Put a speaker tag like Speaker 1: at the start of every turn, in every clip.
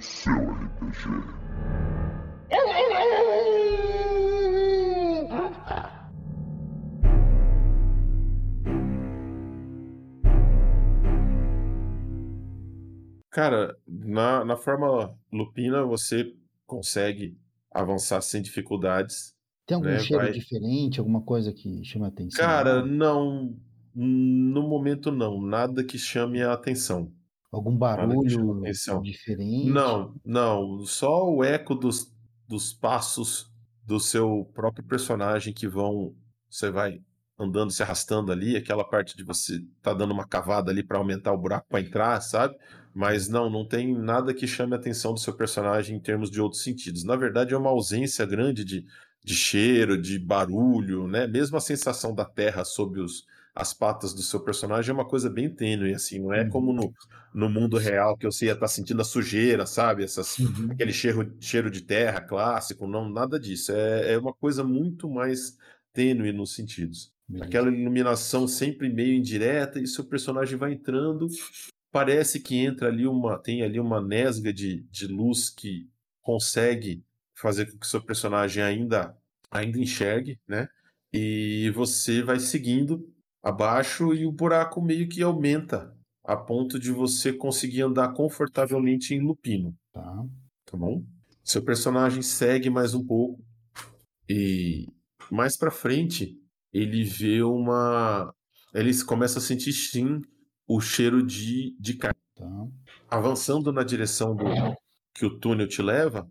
Speaker 1: seu RPG.
Speaker 2: Cara, na, na forma lupina você consegue avançar sem dificuldades.
Speaker 3: Tem algum
Speaker 2: É,
Speaker 3: cheiro
Speaker 2: vai.
Speaker 3: diferente, alguma coisa que chama a atenção?
Speaker 2: Cara, não. No momento, não. Nada que chame a atenção.
Speaker 3: algum
Speaker 2: nada que chama
Speaker 3: barulho
Speaker 2: atenção.
Speaker 3: diferente?
Speaker 2: Não, não. Só o eco dos, dos passos do seu próprio personagem que vão. Você vai andando, se arrastando ali, aquela parte de você tá dando uma cavada ali pra aumentar o buraco pra entrar, sabe? Mas não, não tem nada que chame a atenção do seu personagem em termos de outros sentidos. Na verdade, é uma ausência grande de, de cheiro, de barulho, né? Mesmo a sensação da terra sob os, as patas do seu personagem é uma coisa bem tênue, assim, não é
Speaker 3: Uhum.
Speaker 2: como no, no mundo real que você ia estar sentindo a sujeira, sabe? Essas,
Speaker 3: Uhum.
Speaker 2: aquele cheiro, cheiro de terra clássico, não, nada disso. É, é uma coisa muito mais tênue nos sentidos.
Speaker 3: Beleza.
Speaker 2: Aquela iluminação sempre meio indireta e seu personagem vai entrando, parece que entra ali uma, tem ali uma nesga de, de luz que consegue fazer com que seu personagem ainda, ainda enxergue, né? E você vai seguindo abaixo e o buraco meio que aumenta a ponto de você conseguir andar confortavelmente em lupino
Speaker 3: Tá.
Speaker 2: tá bom? Seu personagem segue mais um pouco e mais pra frente ele vê uma, ele começa a sentir sim o cheiro de de carne.
Speaker 3: Tá.
Speaker 2: Avançando na direção do que o túnel te leva,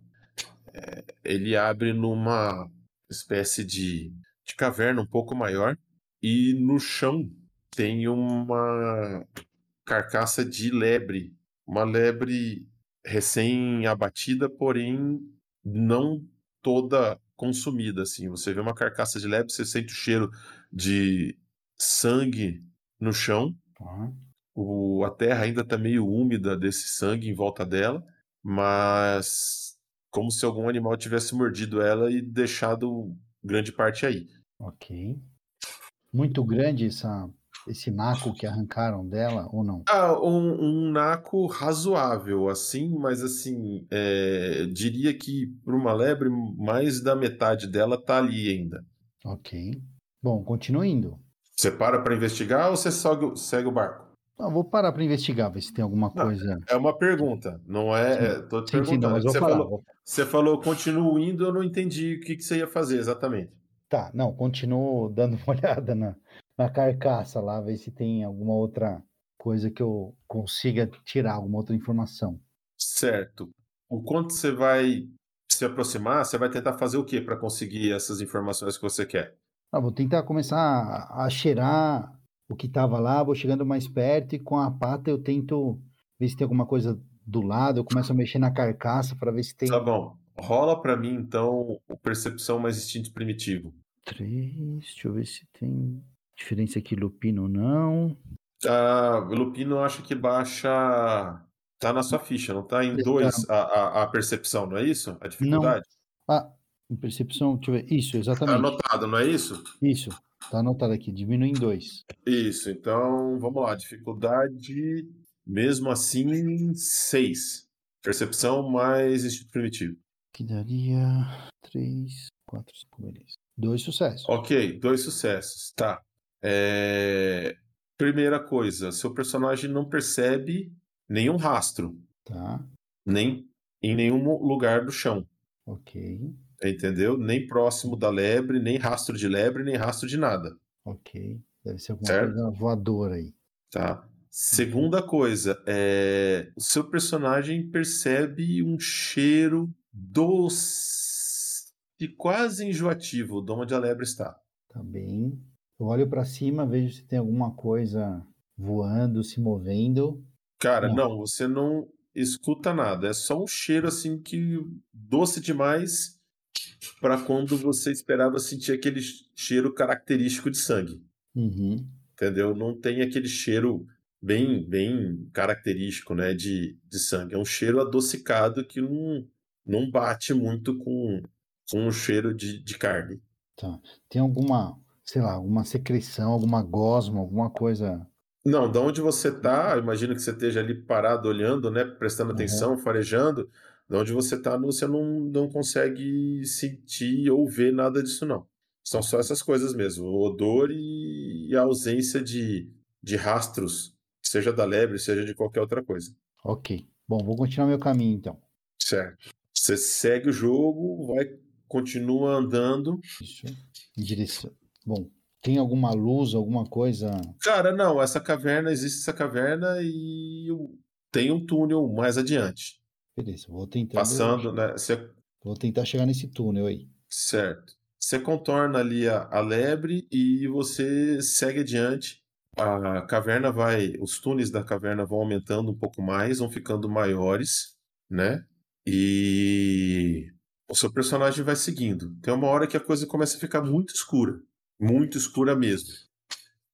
Speaker 2: é, ele abre numa espécie de, de caverna um pouco maior e no chão tem uma carcaça de lebre, uma lebre recém-abatida, porém não toda consumida assim. Você vê uma carcaça de lebre, você sente o cheiro de sangue no chão.
Speaker 3: Tá.
Speaker 2: O, a terra ainda está meio úmida desse sangue em volta dela, mas como se algum animal tivesse mordido ela e deixado grande parte aí.
Speaker 3: Ok. Muito grande essa, esse naco que arrancaram dela ou não?
Speaker 2: Ah, um, um naco razoável, assim, mas assim, é, diria que para uma lebre, mais da metade dela tá ali ainda.
Speaker 3: Ok. Bom, continua indo.
Speaker 2: Você para para investigar ou você segue, o- segue o barco?
Speaker 3: Não, vou parar para investigar, ver se tem alguma coisa.
Speaker 2: É uma pergunta, não é. é, tô te
Speaker 3: Sim, sim,
Speaker 2: perguntando.
Speaker 3: não, mas vou
Speaker 2: Você
Speaker 3: falar.
Speaker 2: falou,
Speaker 3: vou-
Speaker 2: você falou continuo indo, eu não entendi o que que você ia fazer exatamente.
Speaker 3: Tá, não, continuo dando uma olhada na, na carcaça lá, ver se tem alguma outra coisa que eu consiga tirar, alguma outra informação.
Speaker 2: Certo. O quanto você vai se aproximar, você vai tentar fazer o que para conseguir essas informações que você quer?
Speaker 3: Ah, vou tentar começar a, a cheirar o que estava lá, vou chegando mais perto e com a pata eu tento ver se tem alguma coisa do lado, eu começo a mexer na carcaça para ver se tem.
Speaker 2: Tá bom. Rola para mim, então, o percepção mais instinto primitivo.
Speaker 3: Três, deixa eu ver se tem diferença aqui, lupino ou não.
Speaker 2: Ah, o Lupino acha que baixa. Tá na sua ficha, não tá em
Speaker 3: Está.
Speaker 2: dois a, a, a percepção, não é isso? A dificuldade?
Speaker 3: Ah, em percepção, deixa eu ver. Isso,
Speaker 2: Tá
Speaker 3: exatamente.
Speaker 2: anotado, não é isso?
Speaker 3: Isso, tá anotado aqui, diminui em dois.
Speaker 2: Isso, então vamos lá. Dificuldade, mesmo assim, seis. Percepção mais instinto primitivo.
Speaker 3: Que daria 3, 4, 5, beleza. Dois sucessos.
Speaker 2: Ok, dois sucessos, tá. É, Primeira coisa, seu personagem não percebe nenhum rastro,
Speaker 3: Tá,
Speaker 2: nem em nenhum lugar do chão,
Speaker 3: ok,
Speaker 2: entendeu? Nem próximo da lebre, nem rastro de lebre, nem rastro de nada,
Speaker 3: ok. Deve ser alguma
Speaker 2: Certo.
Speaker 3: coisa voadora aí.
Speaker 2: tá? Segunda coisa, é, o seu personagem percebe um cheiro doce e quase enjoativo de onde a lebre está.
Speaker 3: Tá bem. Eu olho pra cima, vejo se tem alguma coisa voando, se movendo.
Speaker 2: Cara,
Speaker 3: Não.
Speaker 2: não, você não escuta nada. É só um cheiro assim que doce demais para quando você esperava sentir aquele cheiro característico de sangue,
Speaker 3: Uhum.
Speaker 2: entendeu? Não tem aquele cheiro bem, bem característico, né, de, de sangue. É um cheiro adocicado que não, não bate muito com, com o cheiro de, de carne.
Speaker 3: Tem alguma, sei lá, alguma secreção, alguma gosma, alguma coisa.
Speaker 2: Não, da onde você tá, eu imagino que você esteja ali parado olhando, né, prestando
Speaker 3: Uhum.
Speaker 2: atenção, farejando. De onde você está, você não, não consegue sentir ou ver nada disso, não. São só essas coisas mesmo: o odor e, e a ausência de, de rastros, seja da lebre, seja de qualquer outra coisa.
Speaker 3: Ok. Bom, vou continuar meu caminho então.
Speaker 2: Certo. Você segue o jogo, vai, continua andando.
Speaker 3: Isso. Em direção. Bom, tem alguma luz, alguma coisa?
Speaker 2: Cara, não, essa caverna, existe essa caverna e tem um túnel mais adiante.
Speaker 3: Beleza, vou tentar.
Speaker 2: Passando, né? Você,
Speaker 3: Vou tentar chegar nesse túnel aí.
Speaker 2: certo. Você contorna ali a, a lebre e você segue adiante. A caverna vai. Os túneis da caverna vão aumentando um pouco mais, vão ficando maiores, né? E o seu personagem vai seguindo. Tem uma hora que a coisa começa a ficar muito escura. Muito escura mesmo.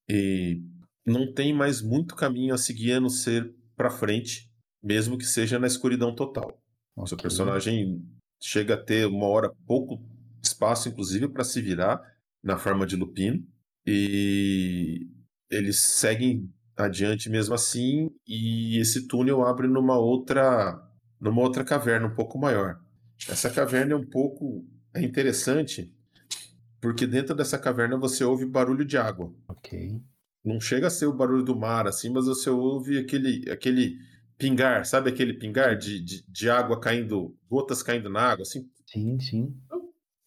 Speaker 2: E não tem mais muito caminho a seguir a não ser pra frente, mesmo que seja na escuridão total. O seu
Speaker 3: Ok.
Speaker 2: personagem chega a ter uma hora pouco espaço, inclusive, para se virar na forma de Lupino. E eles seguem adiante mesmo assim. E esse túnel abre numa outra, numa outra caverna um pouco maior. Essa caverna é um pouco é interessante porque dentro dessa caverna você ouve barulho de água.
Speaker 3: Ok.
Speaker 2: Não chega a ser o barulho do mar assim, mas você ouve aquele, aquele pingar, sabe aquele pingar de, de, de água caindo, gotas caindo na água, assim,
Speaker 3: Sim, sim.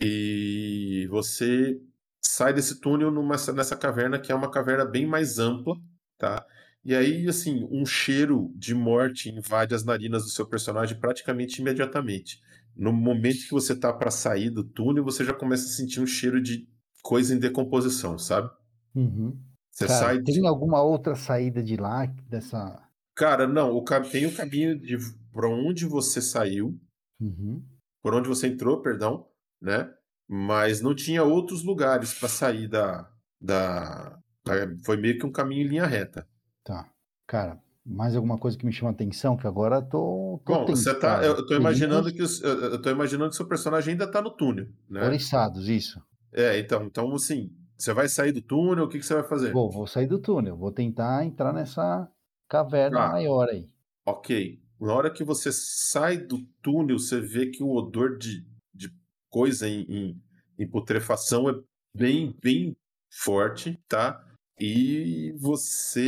Speaker 2: e você sai desse túnel numa, nessa caverna, que é uma caverna bem mais ampla, tá? E aí, assim, um cheiro de morte invade as narinas do seu personagem praticamente imediatamente. No momento que você tá para sair do túnel, você já começa a sentir um cheiro de coisa em decomposição, sabe?
Speaker 3: Uhum.
Speaker 2: Você
Speaker 3: Cara,
Speaker 2: sai de...
Speaker 3: Tem alguma outra saída de lá dessa.
Speaker 2: Cara, não, o cam- tem o caminho de para onde você saiu,
Speaker 3: Uhum.
Speaker 2: por onde você entrou, perdão, né? Mas não tinha outros lugares para sair da, da, da- Foi meio que um caminho em linha reta.
Speaker 3: Tá. Cara, mais alguma coisa que me chama a atenção? Que agora eu tô. tô
Speaker 2: Bom,
Speaker 3: tenso,
Speaker 2: você tá.
Speaker 3: cara.
Speaker 2: Eu, eu tô
Speaker 3: Pelinhos
Speaker 2: imaginando que os- eu, eu tô imaginando que seu personagem ainda tá no túnel, né?
Speaker 3: oriçados, isso.
Speaker 2: É, então, então assim, você vai sair do túnel, o que, que você vai fazer?
Speaker 3: Bom, vou sair do túnel, vou tentar entrar nessa caverna
Speaker 2: Tá.
Speaker 3: maior aí.
Speaker 2: Ok. Na hora que você sai do túnel, você vê que o odor de, de coisa em, em, em putrefação é bem, bem forte, tá? E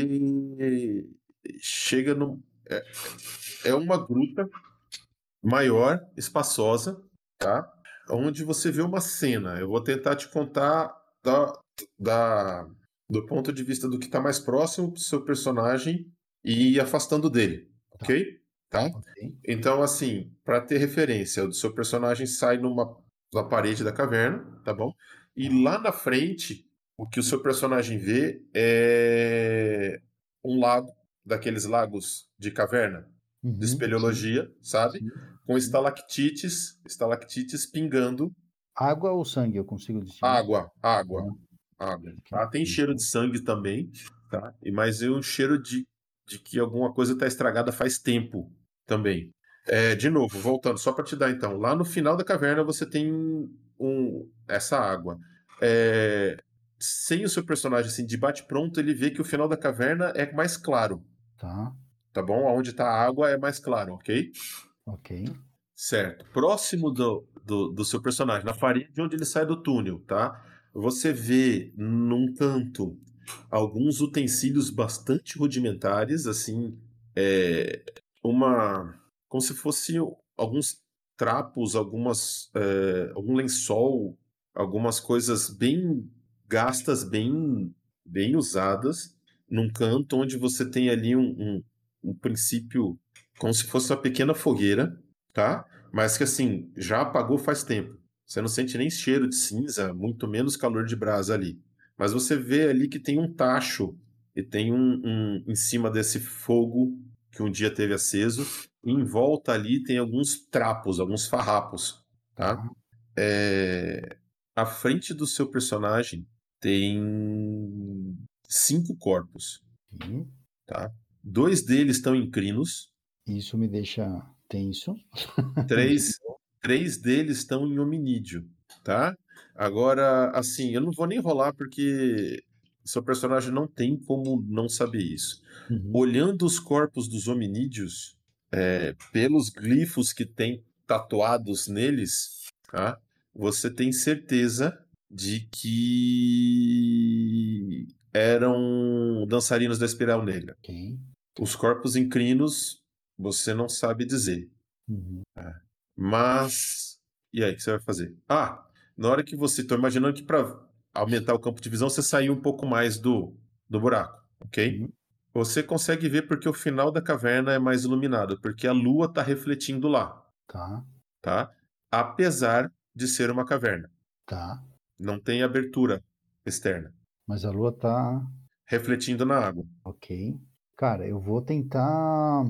Speaker 2: você chega num. É, é uma gruta maior, espaçosa, tá? Onde você vê uma cena. Eu vou tentar te contar da, da, do ponto de vista do que tá mais próximo do seu personagem e ir afastando dele, ok? Tá?
Speaker 3: Ok.
Speaker 2: Então, assim, para ter referência, o seu personagem sai numa na parede da caverna, tá bom? E
Speaker 3: Uhum.
Speaker 2: lá na frente, o que o seu personagem vê é um lago, daqueles lagos de caverna,
Speaker 3: Uhum,
Speaker 2: de espeleologia, sabe?
Speaker 3: sim, Uhum. sim.
Speaker 2: Com estalactites, estalactites pingando
Speaker 3: Água ou sangue, eu consigo distinguir?
Speaker 2: água, água,
Speaker 3: Uhum.
Speaker 2: água. Tá? Tem cheiro de sangue também, tá? E mas é um cheiro de, de que alguma coisa está estragada faz tempo também. É, de novo, voltando, só para te dar então, lá no final da caverna você tem um, essa água. É, sem o seu personagem assim, de bate-pronto, ele vê que o final da caverna é mais claro,
Speaker 3: Tá,
Speaker 2: tá bom? Onde está a água é mais claro, ok?
Speaker 3: ok.
Speaker 2: Certo. Próximo do, do, do seu personagem, na parede onde ele sai do túnel, tá? Você vê num canto alguns utensílios bastante rudimentares, assim, é, uma. Como se fosse alguns trapos, algumas, é, algum lençol, algumas coisas bem gastas, bem, bem usadas, num canto onde você tem ali um, um, um princípio, como se fosse uma pequena fogueira, tá? mas que assim, já apagou faz tempo. Você não sente nem cheiro de cinza, muito menos calor de brasa ali. Mas você vê ali que tem um tacho e tem um, um- em cima desse fogo que um dia teve aceso, e em volta ali tem alguns trapos, alguns farrapos, tá? É, À frente do seu personagem tem cinco corpos.
Speaker 3: ok.
Speaker 2: Dois deles estão em crinos,
Speaker 3: Isso me deixa tenso.
Speaker 2: Três, três deles estão em hominídeo, tá? Agora, assim, eu não vou nem rolar porque seu personagem não tem como não saber isso.
Speaker 3: Uhum.
Speaker 2: Olhando os corpos dos hominídeos, é, pelos glifos que tem tatuados neles, tá? Você tem certeza de que eram dançarinos da Espiral Negra.
Speaker 3: Ok.
Speaker 2: Os corpos incrinos, você não sabe dizer.
Speaker 3: Uhum.
Speaker 2: Mas. E aí, o que você vai fazer? Ah, na hora que você. Tô imaginando que para aumentar o campo de visão, você saiu um pouco mais do, do buraco, ok?
Speaker 3: Uhum.
Speaker 2: Você consegue ver porque o final da caverna é mais iluminado, porque a lua está refletindo lá,
Speaker 3: Tá,
Speaker 2: tá? Apesar de ser uma caverna.
Speaker 3: tá.
Speaker 2: Não tem abertura externa.
Speaker 3: Mas a lua tá.
Speaker 2: Refletindo na água.
Speaker 3: Ok. Cara, eu vou tentar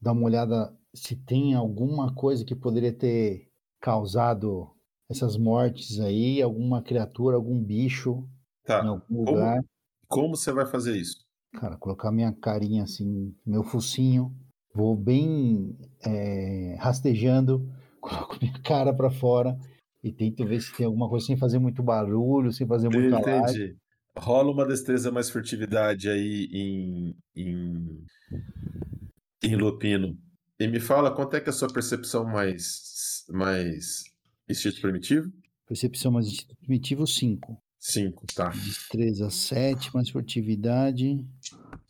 Speaker 3: dar uma olhada se tem alguma coisa que poderia ter causado essas mortes aí, alguma criatura, algum bicho
Speaker 2: Tá.
Speaker 3: em algum lugar.
Speaker 2: Como você vai fazer isso?
Speaker 3: Cara, colocar minha carinha assim, meu focinho, vou bem eh, rastejando, coloco minha cara pra fora e tento ver se tem alguma coisa sem fazer muito barulho, sem fazer muito alarde.
Speaker 2: Entendi. Rola uma destreza mais furtividade aí em, em, em Lupino. E me fala quanto é que é a sua percepção mais, mais instinto primitivo?
Speaker 3: Percepção mais instinto primitivo 5.
Speaker 2: 5, tá.
Speaker 3: Destreza 7, mais furtividade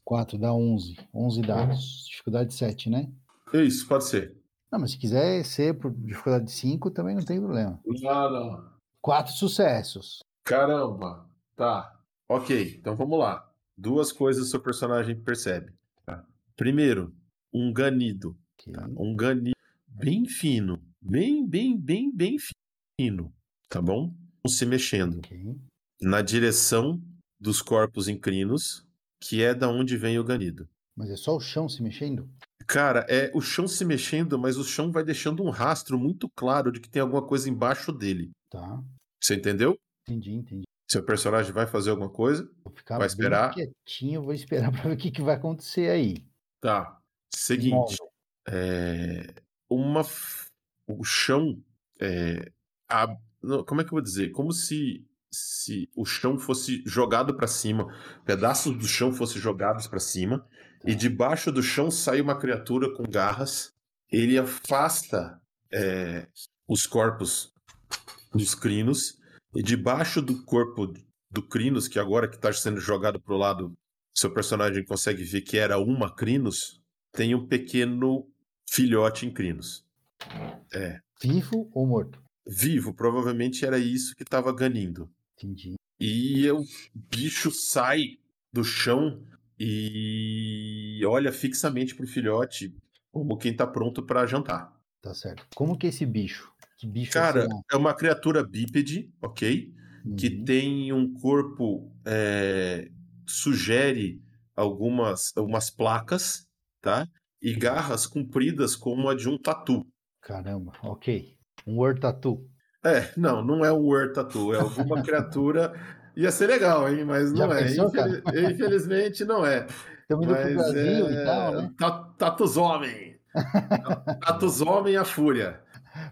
Speaker 3: 4, dá 11. 11
Speaker 2: Uhum.
Speaker 3: dados. Dificuldade 7, né?
Speaker 2: É Isso, pode ser.
Speaker 3: Não, mas se quiser ser por dificuldade 5, também não tem problema.
Speaker 2: Não, não.
Speaker 3: 4 sucessos.
Speaker 2: Caramba, tá. Ok, então vamos lá. Duas coisas seu personagem percebe. tá? Primeiro, um ganido.
Speaker 3: Ok.
Speaker 2: tá? Um ganil bem fino, bem, bem, bem, bem fino, tá bom? Não Se mexendo
Speaker 3: ok.
Speaker 2: na direção dos corpos incrinos, que é da onde vem o ganido.
Speaker 3: Mas é só o chão se mexendo?
Speaker 2: Cara, é o chão se mexendo, mas o chão vai deixando um rastro muito claro de que tem alguma coisa embaixo dele.
Speaker 3: Tá.
Speaker 2: Você entendeu?
Speaker 3: Entendi, entendi.
Speaker 2: Seu personagem vai fazer alguma coisa?
Speaker 3: Vou ficar
Speaker 2: Vai
Speaker 3: bem
Speaker 2: esperar?
Speaker 3: quietinho, vou esperar pra ver o que, que vai acontecer aí.
Speaker 2: Tá. Seguinte,
Speaker 3: Imóvel.
Speaker 2: é, uma f- o chão é, a- não, como é que eu vou dizer como se se o chão fosse jogado para cima pedaços do chão fossem jogados para cima e debaixo do chão sai uma criatura com garras ele afasta é, os corpos dos crinos e debaixo do corpo do crinos que agora que está sendo jogado pro lado seu personagem consegue ver que era uma crinos tem um pequeno filhote em crinos.
Speaker 3: Vivo ou morto?
Speaker 2: Vivo, provavelmente era isso que estava ganindo.
Speaker 3: Entendi.
Speaker 2: E o bicho sai do chão e olha fixamente pro filhote, como quem tá pronto para jantar.
Speaker 3: Tá certo. Como que é esse bicho? Que bicho
Speaker 2: Cara,
Speaker 3: será?
Speaker 2: é uma criatura bípede, ok? Que
Speaker 3: Uhum.
Speaker 2: tem um corpo. é, sugere algumas, algumas placas, tá? E
Speaker 3: Uhum.
Speaker 2: garras compridas como a de um tatu.
Speaker 3: Caramba, ok. Um World Tattoo.
Speaker 2: É, não, não é um Word Tattoo, é alguma criatura. Ia ser legal, hein? Mas
Speaker 3: Já
Speaker 2: não é.
Speaker 3: pensou,
Speaker 2: Infeli- Infelizmente não é.
Speaker 3: Estamos indo pro
Speaker 2: Mas
Speaker 3: Brasil
Speaker 2: é-
Speaker 3: e tal, né?
Speaker 2: Ta- Tatus Homem. Tatus Homem a Fúria.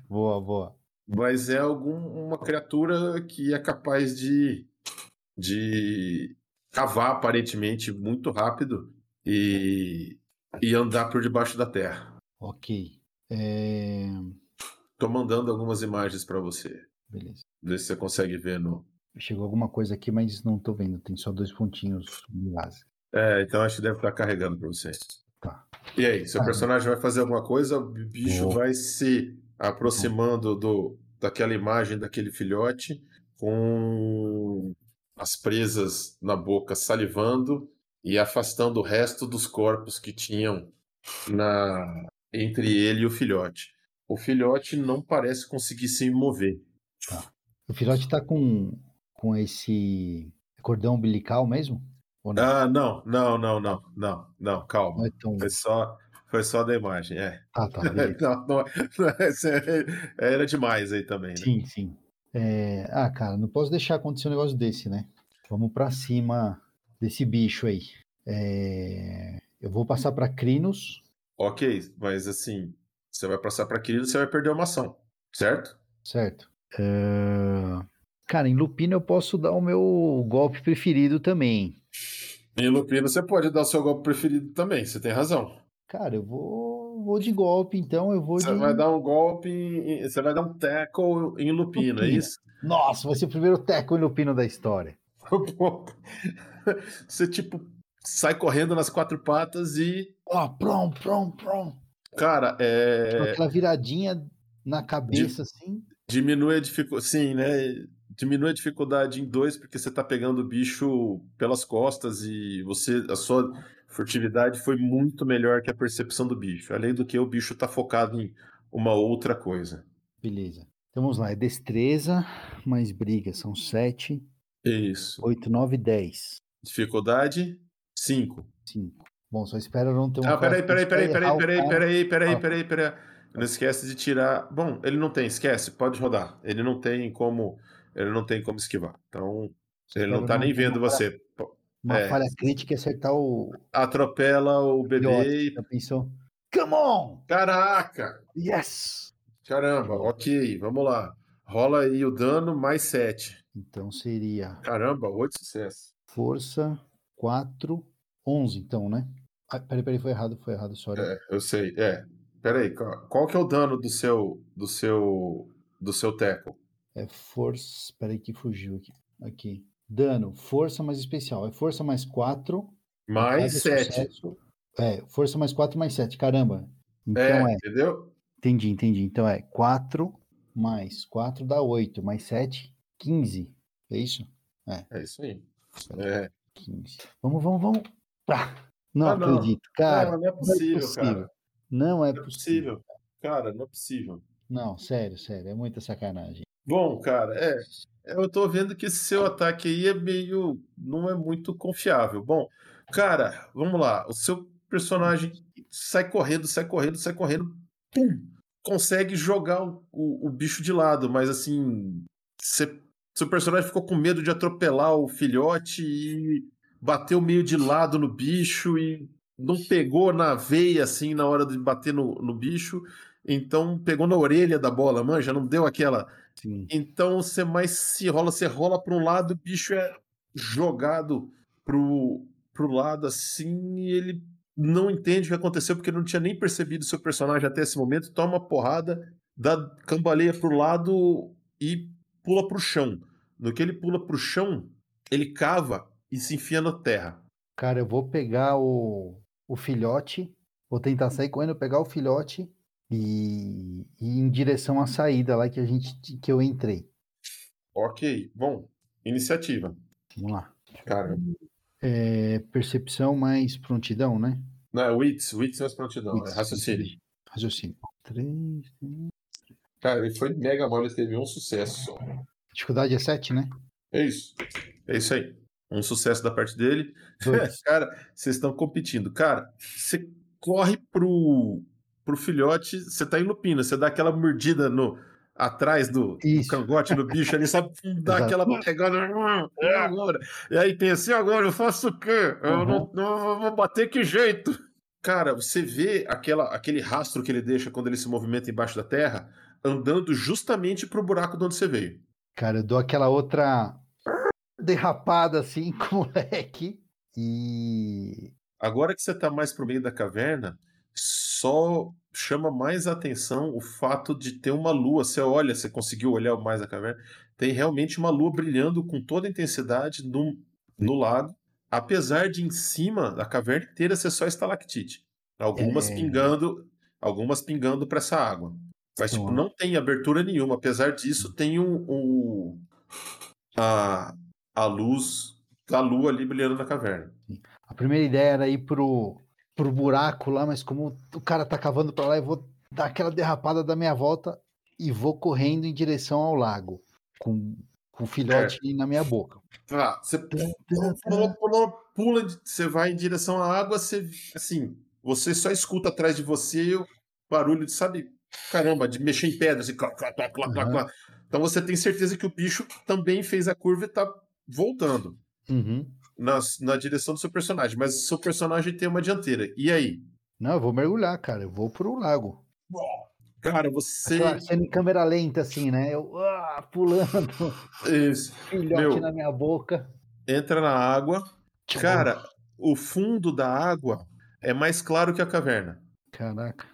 Speaker 3: Boa, boa.
Speaker 2: Mas é alguma criatura que é capaz de, de cavar aparentemente muito rápido e, e andar por debaixo da terra.
Speaker 3: Ok. É,
Speaker 2: Tô mandando algumas imagens para você.
Speaker 3: Beleza.
Speaker 2: Vê se você consegue ver no,
Speaker 3: Chegou alguma coisa aqui, mas não tô vendo. Tem só dois pontinhos de láser.
Speaker 2: É, então acho que deve estar carregando pra vocês.
Speaker 3: Tá.
Speaker 2: E aí, seu
Speaker 3: Ah.
Speaker 2: personagem vai fazer alguma coisa, o bicho
Speaker 3: Vou.
Speaker 2: vai se aproximando do, daquela imagem daquele filhote, com as presas na boca salivando e afastando o resto dos corpos que tinham na entre ele e o filhote. O filhote não parece conseguir se mover.
Speaker 3: O filhote tá com, com esse cordão umbilical mesmo? Ou não?
Speaker 2: Ah, não, não, não, não, não, não,
Speaker 3: Não
Speaker 2: calma.
Speaker 3: é tão.
Speaker 2: Foi só, foi só da imagem, é.
Speaker 3: Ah, tá. Beleza.
Speaker 2: Não, não, não, essa é- era demais aí também, né?
Speaker 3: Sim, sim. É, Ah, cara, não posso deixar acontecer um negócio desse, né? Vamos pra cima desse bicho aí. É, Eu vou passar pra Crinos.
Speaker 2: Ok, mas assim, você vai passar para querido, você vai perder uma ação, certo?
Speaker 3: Certo. Eh, Cara, em Lupino eu posso dar o meu golpe preferido também.
Speaker 2: Em Lupino você pode dar o seu golpe preferido também, você tem razão.
Speaker 3: Cara, eu vou. vou de golpe, então eu vou
Speaker 2: Você
Speaker 3: de.
Speaker 2: vai dar um golpe, em- você vai dar um tackle em Lupino, é
Speaker 3: Lupino.
Speaker 2: isso?
Speaker 3: Nossa, vai ser o primeiro teco e lupino da história.
Speaker 2: Pô, Um Você, tipo, sai correndo nas quatro patas e,
Speaker 3: Ó, prom, prom, prom.
Speaker 2: cara,
Speaker 3: Com
Speaker 2: é,
Speaker 3: Aquela viradinha na cabeça, assim.
Speaker 2: diminui a dificuldade. Sim, né? Diminui a dificuldade em dois, porque você tá pegando o bicho pelas costas e você. A sua furtividade foi muito melhor que a percepção do bicho. Além do que o bicho tá focado em uma outra coisa.
Speaker 3: Beleza. Então vamos lá, é destreza mais briga, são 7,
Speaker 2: Isso.
Speaker 3: 8, 9, 10,
Speaker 2: Dificuldade 5.
Speaker 3: 5. Bom, só espera não ter um.
Speaker 2: Ah, peraí, peraí, peraí, peraí, peraí,
Speaker 3: peraí.
Speaker 2: peraí, peraí,
Speaker 3: Ah.
Speaker 2: peraí, peraí. Não esquece de tirar. Bom, ele não tem, esquece, pode rodar. Ele não tem como. Ele não tem como esquivar. Então, ele não tá nem vendo você. Pô,
Speaker 3: Uma
Speaker 2: É.
Speaker 3: falha crítica e acertar o.
Speaker 2: Atropela o bebê e.
Speaker 3: Já pensou? Come on!
Speaker 2: Caraca!
Speaker 3: Yes!
Speaker 2: Caramba, ok, vamos lá. Rola aí o dano, mais 7.
Speaker 3: Então seria
Speaker 2: Caramba, 8 sucessos.
Speaker 3: força 4, 11, então, né? Ah, peraí, peraí, foi errado, foi errado, sorry.
Speaker 2: É, eu sei, é. Peraí, qual qual que é o dano do seu. do seu. do seu teco?
Speaker 3: É força. Peraí que fugiu aqui. Aqui. Dano, força mais especial. É força mais 4.
Speaker 2: Mais
Speaker 3: cada
Speaker 2: 7.
Speaker 3: sucesso- É, força mais 4 mais 7. Caramba. Então
Speaker 2: É,
Speaker 3: é.
Speaker 2: entendeu?
Speaker 3: Entendi, entendi. Então é 4 mais 4 dá 8, mais 7, 15. É isso?
Speaker 2: É isso aí.
Speaker 3: Peraí,
Speaker 2: É.
Speaker 3: 15. Vamos, vamos, vamos. Pá! Não
Speaker 2: Ah, não.
Speaker 3: acredito. Cara,
Speaker 2: não, não é possível, cara.
Speaker 3: Não é
Speaker 2: Não é
Speaker 3: possível.
Speaker 2: possível. Cara, não é possível.
Speaker 3: Não, sério, sério. É muita sacanagem.
Speaker 2: Bom, cara, é. Eu tô vendo que esse seu ataque aí é meio. não é muito confiável. Bom, cara, vamos lá. O seu personagem sai correndo, sai correndo, sai correndo. Pum! Consegue jogar o, o- o bicho de lado, mas assim. cê- seu personagem ficou com medo de atropelar o filhote e bateu meio de lado no bicho e não pegou na veia, assim, na hora de bater no, no bicho. Então pegou na orelha da bola, manja, não deu aquela.
Speaker 3: Sim.
Speaker 2: Então você mais se rola, você rola para um lado, o bicho é jogado pro, pro lado assim, e ele não entende o que aconteceu, porque ele não tinha nem percebido seu personagem até esse momento, toma uma porrada, dá cambaleia pro lado e pula pro chão. No que ele pula pro chão, ele cava e se enfia na terra.
Speaker 3: Cara, eu vou pegar o, o filhote, vou tentar sair correndo, pegar o filhote e, e ir em direção à saída lá que a gente que eu entrei.
Speaker 2: Ok, bom, iniciativa.
Speaker 3: Vamos lá.
Speaker 2: Cara,
Speaker 3: É, percepção mais prontidão, né?
Speaker 2: não é Wits, Wits mais prontidão, é
Speaker 3: Wits,
Speaker 2: raciocínio.
Speaker 3: wits, Raciocínio. Três.
Speaker 2: Cara, ele foi mega mole, ele teve um sucesso só.
Speaker 3: Dificuldade é sete, né?
Speaker 2: É isso. É isso aí. Um sucesso da parte dele.
Speaker 3: Dois.
Speaker 2: Cara, vocês estão competindo. Cara, você corre pro, pro filhote, você tá em lupina, você dá aquela mordida no atrás do
Speaker 3: Isso.
Speaker 2: cangote do bicho ali, sabe? Dá
Speaker 3: Exato.
Speaker 2: aquela pegada. "Ah, é agora. E aí pensa, e agora eu faço o quê? Eu
Speaker 3: Uhum.
Speaker 2: não, não vou bater que jeito. Cara, você vê aquela, aquele rastro que ele deixa quando ele se movimenta embaixo da terra, andando justamente pro buraco de onde você veio.
Speaker 3: Cara, eu dou aquela outra derrapada assim com o moleque e
Speaker 2: Agora que você está mais pro meio da caverna, só chama mais atenção o fato de ter uma lua. Você olha, você conseguiu olhar mais a caverna, tem realmente uma lua brilhando com toda a intensidade no, no lago, apesar de em cima da caverna inteira ser só estalactite. Algumas
Speaker 3: É.
Speaker 2: pingando, algumas pingando para essa água. Mas tipo,
Speaker 3: Então,
Speaker 2: não tem abertura nenhuma. Apesar disso, tem um, um- a, a luz da lua ali brilhando na caverna.
Speaker 3: A primeira ideia era ir pro, pro buraco lá, mas como o cara tá cavando pra lá, eu vou dar aquela derrapada da minha volta e vou correndo em direção ao lago, com, com o filhote na minha boca.
Speaker 2: Tá, você pula,
Speaker 3: Hum.
Speaker 2: pula, pula, pula, você vai em direção à água, você, assim, você só escuta atrás de você o barulho de, sabe, caramba, de mexer em pedra, assim, clá, clá, clá, clá, clá,
Speaker 3: Aham.
Speaker 2: clá. Então você tem certeza que o bicho também fez a curva e tá voltando
Speaker 3: Uhum.
Speaker 2: na, na direção do seu personagem, mas o seu personagem tem uma dianteira. E aí?
Speaker 3: Não, eu vou mergulhar, cara, eu vou pro lago.
Speaker 2: Cara, você.
Speaker 3: Aquela cena em câmera lenta, assim, né? Eu ah, pulando,
Speaker 2: Isso.
Speaker 3: filhote
Speaker 2: Meu.
Speaker 3: na minha boca. Tipo,
Speaker 2: entra na água. Cara, o fundo da água é mais claro que a caverna.
Speaker 3: Caraca.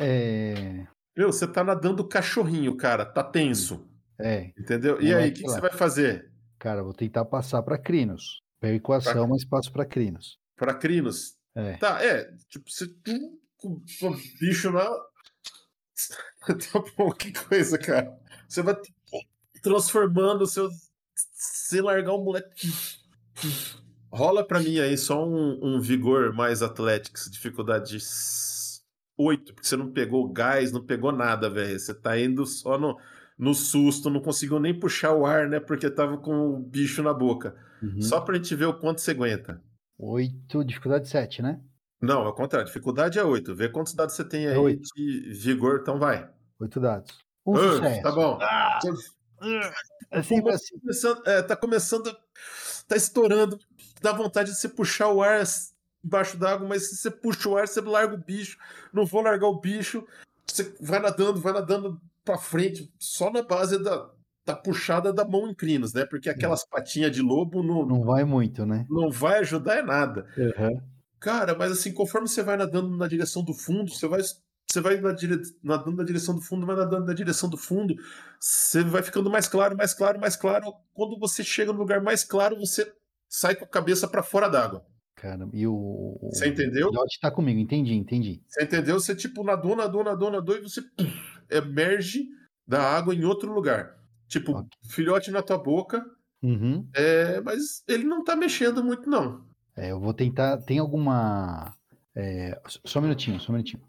Speaker 3: É,
Speaker 2: Meu, você tá nadando cachorrinho, cara, tá tenso,
Speaker 3: é,
Speaker 2: entendeu? E
Speaker 3: Não é
Speaker 2: aí, o que,
Speaker 3: que
Speaker 2: que você
Speaker 3: lá.
Speaker 2: vai fazer?
Speaker 3: cara, vou tentar passar para Crinos. Perco a ação, mas passo para Crinos.
Speaker 2: Pra Crinos?
Speaker 3: É.
Speaker 2: Tá, é, tipo, você tu- com com bicho na... tá bom, que coisa, cara. Você vai t- transformando o seu... Se largar um moleque... Rola pra mim aí só um, um vigor mais atlético, dificuldade 8, porque você não pegou gás, não pegou nada, velho. Você tá indo só no, no susto, não conseguiu nem puxar o ar, né? Porque tava com o bicho na boca.
Speaker 3: Uhum.
Speaker 2: Só pra gente ver o quanto você aguenta.
Speaker 3: Oito, dificuldade sete, né?
Speaker 2: Não, ao contrário. Dificuldade é 8. Vê quantos dados você tem aí
Speaker 3: É oito.
Speaker 2: de vigor, então vai.
Speaker 3: Oito dados. Um
Speaker 2: Ah,
Speaker 3: sucesso.
Speaker 2: tá bom.
Speaker 3: É sempre assim.
Speaker 2: Começando- é, tá começando. Tá estourando. Dá vontade de você puxar o ar embaixo d'água, mas se você puxa o ar, você larga o bicho. Não vou largar o bicho. Você vai nadando, vai nadando pra frente, só na base da, da puxada da mão em crinos, né? Porque aquelas patinhas de lobo não,
Speaker 3: Não vai muito, né?
Speaker 2: não vai ajudar em nada. Cara, mas assim, conforme você vai nadando na direção do fundo, você vai, você vai na dire... nadando na direção do fundo, vai nadando na direção do fundo, você vai ficando mais claro, mais claro, mais claro. Quando você chega no lugar mais claro, você sai com a cabeça pra fora d'água.
Speaker 3: Cara, e o. o-
Speaker 2: Você entendeu?
Speaker 3: O Dot tá comigo, entendi, entendi.
Speaker 2: Você entendeu? Você tipo nadou, nadou, nadou, nadou e você pum, emerge da água em outro lugar. Tipo,
Speaker 3: Ok.
Speaker 2: filhote na tua boca,
Speaker 3: Uhum.
Speaker 2: é, mas ele não tá mexendo muito, não.
Speaker 3: É, eu vou tentar. Tem alguma. é, só- Só um minutinho, só um minutinho.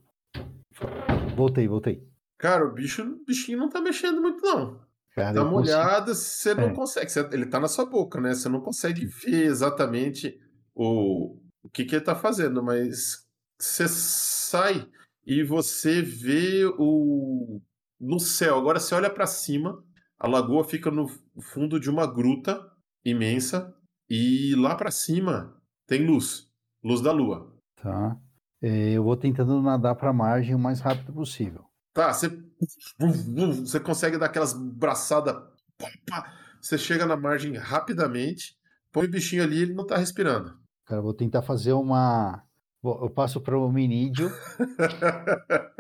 Speaker 3: Voltei, voltei.
Speaker 2: Cara, o bicho, o bichinho não tá mexendo muito, não.
Speaker 3: Cara,
Speaker 2: Dá
Speaker 3: eu
Speaker 2: uma
Speaker 3: consigo-
Speaker 2: olhada, você não
Speaker 3: É.
Speaker 2: consegue. você- ele tá na sua boca, né? Você não consegue ver exatamente o, o que, que ele tá fazendo, mas você sai e você vê o. no céu. Agora você olha pra cima, a lagoa fica no fundo de uma gruta imensa, e lá pra cima tem luz. Luz da lua.
Speaker 3: Tá. É, eu vou tentando nadar para a margem o mais rápido possível.
Speaker 2: Tá, você, você consegue dar aquelas braçadas. pá, pá. Você chega na margem rapidamente, põe o bichinho ali ele não tá respirando.
Speaker 3: Cara, eu vou tentar fazer uma. vou- Eu passo para o hominídeo,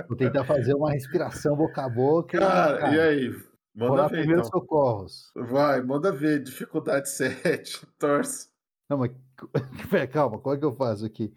Speaker 3: vou tentar fazer uma respiração boca a boca.
Speaker 2: Cara, e
Speaker 3: aí?
Speaker 2: aí?
Speaker 3: Vou
Speaker 2: Manda
Speaker 3: lá
Speaker 2: ver,
Speaker 3: primeiros
Speaker 2: então.
Speaker 3: socorros.
Speaker 2: Vai, manda ver. Dificuldade 7, torce.
Speaker 3: Não, mas pera, calma, qual é que eu faço aqui?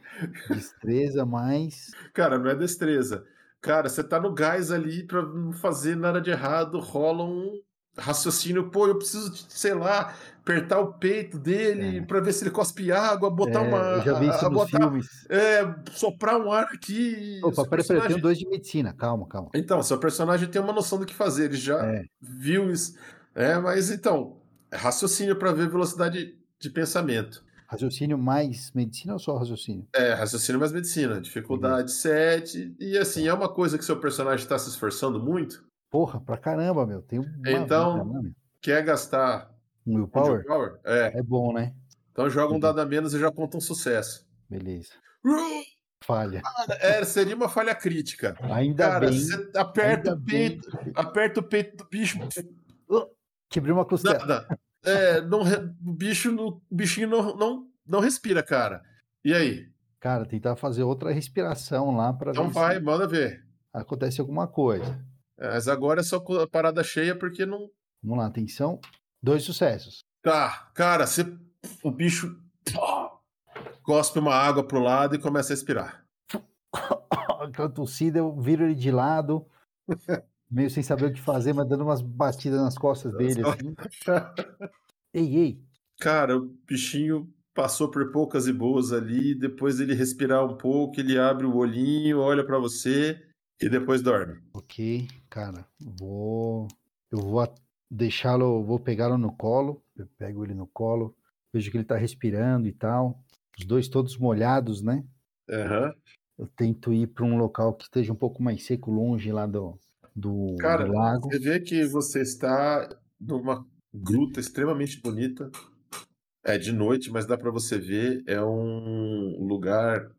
Speaker 3: Destreza mais.
Speaker 2: Cara, não é destreza. Cara, você tá no gás ali pra não fazer nada de errado, rola um raciocínio, pô, eu preciso, sei lá, apertar o peito dele
Speaker 3: É.
Speaker 2: pra ver se ele cospe água, botar
Speaker 3: é,
Speaker 2: uma.
Speaker 3: eu já vi isso
Speaker 2: a- a-
Speaker 3: nos
Speaker 2: botar
Speaker 3: filmes.
Speaker 2: É, soprar um ar aqui. e
Speaker 3: Opa,
Speaker 2: seu
Speaker 3: peraí, um peraí, eu
Speaker 2: personagem-
Speaker 3: tenho dois de medicina, calma, calma.
Speaker 2: Então, seu personagem tem uma noção do que fazer, ele já
Speaker 3: É.
Speaker 2: viu isso. É, mas então, raciocínio para ver velocidade de pensamento.
Speaker 3: Raciocínio mais medicina ou só raciocínio?
Speaker 2: É, raciocínio mais medicina,
Speaker 3: Uhum.
Speaker 2: dificuldade 7. E assim, é uma coisa que seu personagem está se esforçando muito,
Speaker 3: Porra, pra caramba, meu. Tem uma
Speaker 2: Então,
Speaker 3: vida, né, meu?
Speaker 2: quer gastar
Speaker 3: um
Speaker 2: willpower?
Speaker 3: willpower?
Speaker 2: É,
Speaker 3: É bom, né?
Speaker 2: então joga um
Speaker 3: Uhum.
Speaker 2: dado a menos e já conta um sucesso.
Speaker 3: Beleza. Falha.
Speaker 2: É, seria uma falha crítica.
Speaker 3: Ainda
Speaker 2: Cara,
Speaker 3: bem.
Speaker 2: você aperta
Speaker 3: ainda
Speaker 2: o
Speaker 3: bem. Uhum.
Speaker 2: peito, aperta o peito do bicho,
Speaker 3: Quebrei uma costela.
Speaker 2: Nada. É, não, re- o bicho, não- o bichinho não, não, não respira, cara. E aí?
Speaker 3: Cara, tentar fazer outra respiração lá pra
Speaker 2: Então
Speaker 3: ver
Speaker 2: vai,
Speaker 3: se
Speaker 2: manda ver.
Speaker 3: acontece alguma coisa.
Speaker 2: É, Mas agora é só com a parada cheia porque não.
Speaker 3: Vamos lá, atenção. Dois sucessos.
Speaker 2: Tá, cara, você, o bicho cospe uma água pro lado e começa a expirar.
Speaker 3: Aquela tossida, eu viro ele de lado, meio sem saber o que fazer, mas dando umas batidas nas costas dele, assim. Ei, ei.
Speaker 2: Cara, o bichinho passou por poucas e boas ali. Depois ele respirar um pouco, ele abre o olhinho, olha pra você e depois dorme.
Speaker 3: Ok, cara, vou. Eu vou a- deixá-lo, vou pegá-lo no colo. Eu pego ele no colo, vejo que ele tá respirando e tal. Os dois todos molhados, né?
Speaker 2: Aham.
Speaker 3: Eu tento ir para um local que esteja um pouco mais seco, longe lá do, do,
Speaker 2: Cara,
Speaker 3: do lago.
Speaker 2: Você vê que você está numa gruta extremamente bonita. É de noite, mas dá para você ver. É um lugar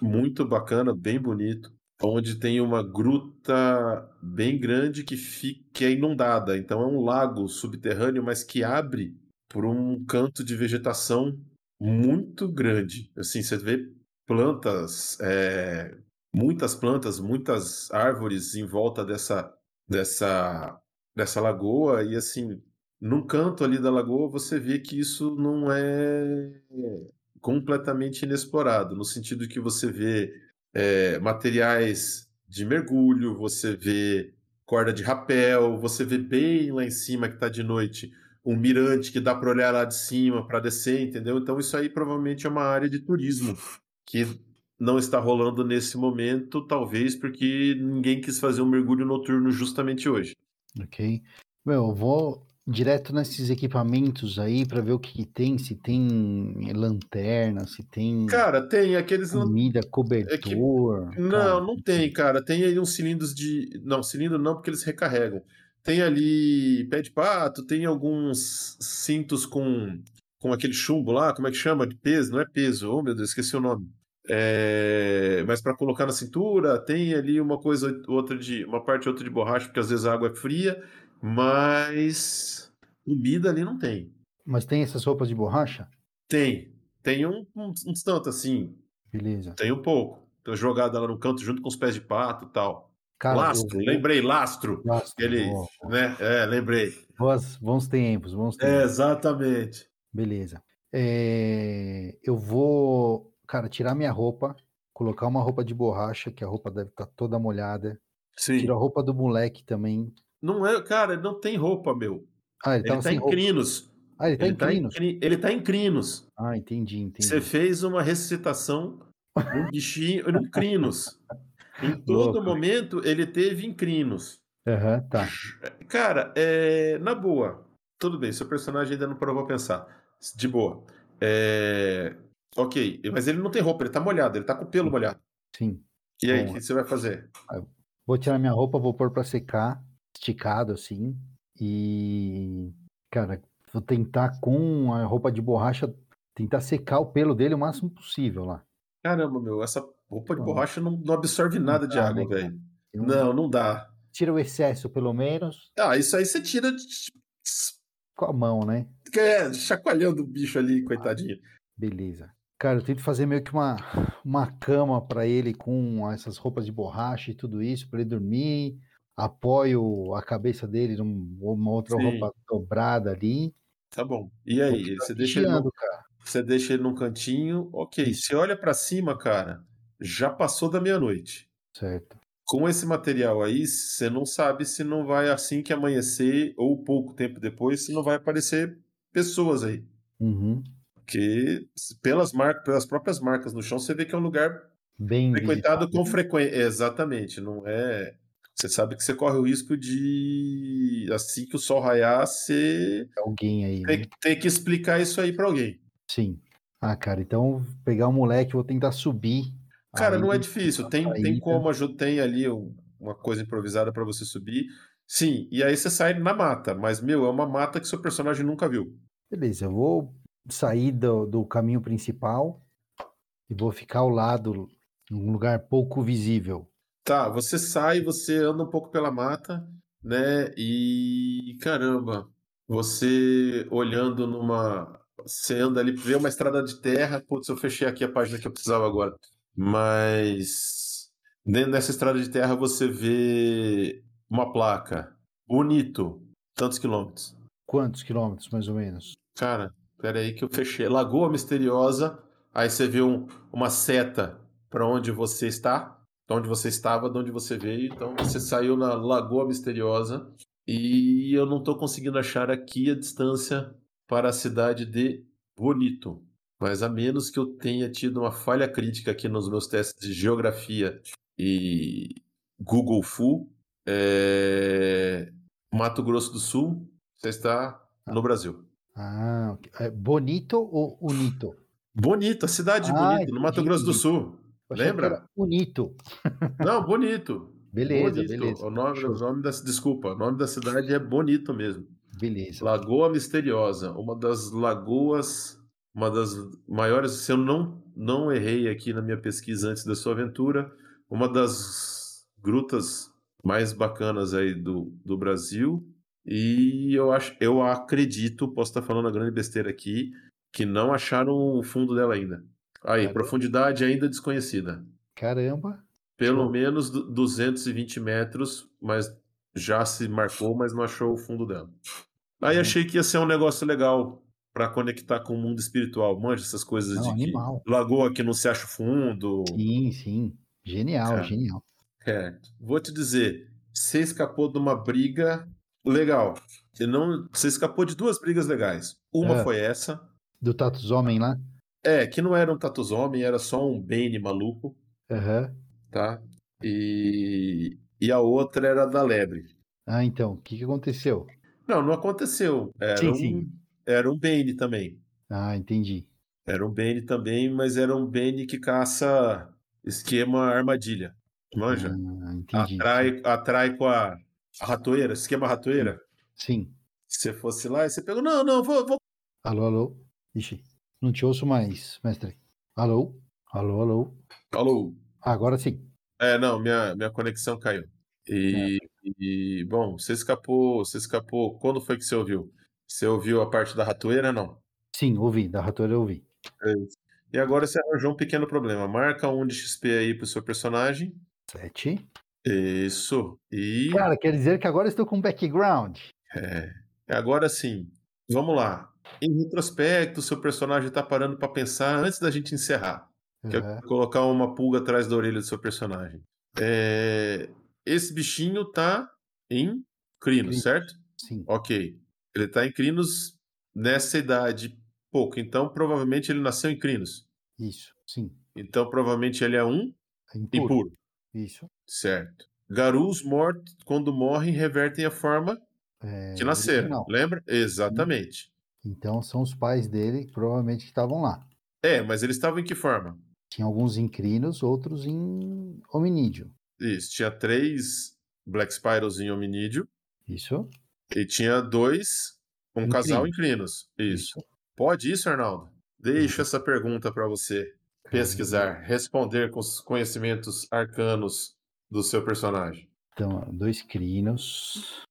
Speaker 2: muito bacana, bem bonito, onde tem uma gruta bem grande que fica é inundada. Então é um lago subterrâneo, mas que abre por um canto de vegetação muito grande. Assim, você vê plantas, é, muitas plantas, muitas árvores em volta dessa, dessa, dessa lagoa, e assim, num canto ali da lagoa você vê que isso não é completamente inexplorado, no sentido que você vê é, materiais de mergulho, você vê corda de rapel, você vê bem lá em cima que está de noite um mirante que dá para olhar lá de cima para descer, entendeu? Então isso aí provavelmente é uma área de turismo que não está rolando nesse momento, talvez porque ninguém quis fazer um mergulho noturno justamente hoje.
Speaker 3: Ok. Meu, eu vou direto nesses equipamentos aí para ver o que, que, tem, se tem lanterna, se tem
Speaker 2: Cara, tem aqueles
Speaker 3: comida, cobertor.
Speaker 2: É que... é Não, cara, não tem, cara. Tem aí uns cilindros de, não, cilindro não, porque eles recarregam tem ali pé de pato, tem alguns cintos com, com aquele chumbo lá, como é que chama? De peso, não é peso, oh meu Deus, esqueci o nome. É, mas para colocar na cintura, tem ali uma coisa, outra de. uma parte outra de borracha, porque às vezes a água é fria, mas comida ali não tem.
Speaker 3: Mas tem essas roupas de borracha?
Speaker 2: Tem. Tem um, um, uns tanto assim.
Speaker 3: Beleza.
Speaker 2: Tem um pouco. Tá jogada lá no canto junto com os pés de pato e tal. Cara, lastro, eu... lembrei, lastro. lastro ele, né? É, lembrei.
Speaker 3: Bons, bons tempos, bons tempos.
Speaker 2: É, exatamente.
Speaker 3: Beleza. É, eu vou, cara, tirar minha roupa, colocar uma roupa de borracha, que a roupa deve estar toda molhada.
Speaker 2: Sim.
Speaker 3: Tiro a roupa do moleque também.
Speaker 2: Não é, cara, não tem roupa, meu.
Speaker 3: Ah, ele,
Speaker 2: ele tá em
Speaker 3: roupa.
Speaker 2: crinos.
Speaker 3: Ah, ele tá, ele em, tá crinos.
Speaker 2: em crinos? Ele tá em crinos.
Speaker 3: Ah, entendi, entendi.
Speaker 2: Você fez uma recitação num bichinho, num crinos. Em todo Louco. momento ele teve incrinos.
Speaker 3: Uhum, tá.
Speaker 2: Cara, é... na boa, tudo bem, seu personagem ainda não parou pra pensar. De boa. É... Ok, mas ele não tem roupa, ele tá molhado, ele tá com o pelo molhado.
Speaker 3: Sim.
Speaker 2: E aí, o que você vai fazer?
Speaker 3: Vou tirar minha roupa, vou pôr pra secar, esticado assim. E. Cara, vou tentar com a roupa de borracha, tentar secar o pelo dele o máximo possível lá.
Speaker 2: Caramba, meu, essa Roupa de borracha não, não absorve não nada dá, de
Speaker 3: Ah,
Speaker 2: água, né? velho. Não, não dá.
Speaker 3: Tira o excesso, pelo menos.
Speaker 2: Ah, isso aí você tira de...
Speaker 3: com a mão, né?
Speaker 2: É, chacoalhando o bicho ali, coitadinho. Ah,
Speaker 3: beleza. Cara, eu tento fazer meio que uma, uma cama para ele com essas roupas de borracha e tudo isso, para ele dormir. Apoio a cabeça dele numa outra Sim. roupa dobrada ali.
Speaker 2: Tá bom. E aí? Tá você, deixa ele no, cara. você deixa ele num cantinho. Ok. Sim. Você olha para cima, cara já passou da meia-noite.
Speaker 3: Certo.
Speaker 2: Com esse material aí, você não sabe se não vai assim que amanhecer ou pouco tempo depois, se não vai aparecer pessoas aí.
Speaker 3: Uhum.
Speaker 2: Porque pelas marcas, pelas próprias marcas no chão, você vê que é um lugar
Speaker 3: bem
Speaker 2: frequentado com frequência. É, exatamente, não é. Você sabe que você corre o risco de assim que o sol raiar, você
Speaker 3: alguém aí
Speaker 2: tem, né? tem que explicar isso aí para alguém.
Speaker 3: Sim. Ah, cara, então pegar o um moleque, vou tentar subir
Speaker 2: Cara, não é difícil. Tem, tem como ajudar, tem ali um, uma coisa improvisada para você subir. Sim, e aí você sai na mata, mas, meu, é uma mata que seu personagem nunca viu.
Speaker 3: Beleza, eu vou sair do, do caminho principal e vou ficar ao lado, num lugar pouco visível.
Speaker 2: Tá, você sai, você anda um pouco pela mata, né? E caramba, você olhando numa. Você anda ali, vê uma estrada de terra. Putz, eu fechei aqui a página que eu precisava agora mas dentro dessa estrada de terra você vê uma placa. Bonito. Tantos quilômetros.
Speaker 3: Quantos quilômetros, mais ou menos?
Speaker 2: Cara, pera aí que eu fechei. Lagoa Misteriosa. Aí você vê um, uma seta para onde você está, de onde você estava, de onde você veio. Então você saiu na Lagoa Misteriosa. E eu não estou conseguindo achar aqui a distância para a cidade de Bonito. Mas a menos que eu tenha tido uma falha crítica aqui nos meus testes de geografia e Google Full, é... Mato Grosso do Sul, você está no Brasil.
Speaker 3: Ah, é bonito ou unito?
Speaker 2: Bonito, a cidade de ah, Bonito, no Mato Grosso do Sul. Lembra?
Speaker 3: Bonito.
Speaker 2: Não, Bonito.
Speaker 3: Beleza,
Speaker 2: bonito.
Speaker 3: beleza.
Speaker 2: O nome, o nome da, desculpa, o nome da cidade é Bonito mesmo.
Speaker 3: Beleza.
Speaker 2: Lagoa Misteriosa, uma das lagoas uma das maiores, se eu não, não errei aqui na minha pesquisa antes da sua aventura, uma das grutas mais bacanas aí do, do Brasil. E eu, acho, eu acredito, posso estar falando a grande besteira aqui, que não acharam o fundo dela ainda. Aí, Caramba. profundidade ainda desconhecida.
Speaker 3: Caramba!
Speaker 2: Pelo menos du- 220 metros, mas já se marcou, mas não achou o fundo dela. Aí
Speaker 3: Uhum.
Speaker 2: achei que ia ser um negócio legal pra conectar com o mundo espiritual. Manja essas coisas
Speaker 3: Não,
Speaker 2: de que
Speaker 3: animal.
Speaker 2: lagoa que não se acha fundo.
Speaker 3: Sim, sim. Genial,
Speaker 2: Cara.
Speaker 3: genial.
Speaker 2: É, vou te dizer, você escapou de uma briga legal. Você não, você escapou de duas brigas legais. Uma
Speaker 3: É.
Speaker 2: foi essa,
Speaker 3: Do Tatus Homem lá?
Speaker 2: é, que não era um tatuzomem, era só um Bane maluco,
Speaker 3: Aham.
Speaker 2: tá? E, e a outra era da lebre.
Speaker 3: Ah, então, o que, que aconteceu?
Speaker 2: Não, não aconteceu. Era
Speaker 3: Sim,
Speaker 2: um,
Speaker 3: sim.
Speaker 2: era um Bane também.
Speaker 3: Ah, entendi.
Speaker 2: Era um Bane também, mas era um Bane que caça esquema armadilha. Manja?
Speaker 3: Ah, entendi. Hum.
Speaker 2: Atrai, atrai com a a ratoeira, esquema ratoeira.
Speaker 3: Sim.
Speaker 2: Se você fosse lá, e você pegou, não, não, vou, vou
Speaker 3: Alô, alô. Ixi, não te ouço mais, mestre. Alô? Alô, alô.
Speaker 2: Alô?
Speaker 3: Ah, agora sim.
Speaker 2: É, não, minha, minha conexão caiu. E, e, bom, você escapou, você escapou. Quando foi que você ouviu? Você ouviu a parte da ratoeira, não?
Speaker 3: Sim, ouvi. Da Ratora eu ouvi.
Speaker 2: E agora você arranjou um pequeno problema. Marca um de XP aí pro seu personagem.
Speaker 3: Sete.
Speaker 2: Isso. E
Speaker 3: Cara, quer dizer que agora estou com background.
Speaker 2: é, agora sim, vamos lá. Em retrospecto, seu personagem tá parando pra pensar antes da gente encerrar. Quer
Speaker 3: Aham.
Speaker 2: colocar uma pulga atrás da orelha do seu personagem. É, Esse bichinho tá em Crinos,
Speaker 3: Crinos.
Speaker 2: certo?
Speaker 3: Sim.
Speaker 2: Ok. Ele tá em Crinos nessa idade pouco. Então, provavelmente ele nasceu em Crinos.
Speaker 3: Isso. Sim.
Speaker 2: Então, provavelmente ele é um
Speaker 3: É Impuro.
Speaker 2: impuro.
Speaker 3: Isso.
Speaker 2: Certo. Garus mortos, quando morrem, revertem a forma
Speaker 3: É,
Speaker 2: que nasceram.
Speaker 3: original.
Speaker 2: Lembra? Exatamente.
Speaker 3: Então são os pais dele, provavelmente, que estavam lá.
Speaker 2: É, mas eles estavam em que forma?
Speaker 3: Tinha alguns em crinos, outros em hominídeo.
Speaker 2: Isso. Tinha três Black Spirals em hominídeo.
Speaker 3: Isso?
Speaker 2: E tinha dois, um
Speaker 3: Incrinos.
Speaker 2: casal incrinos. Isso. Pode isso, Arnaldo? Deixo essa pergunta para você pesquisar, responder com os conhecimentos arcanos do seu personagem.
Speaker 3: Então, ó, dois crinos.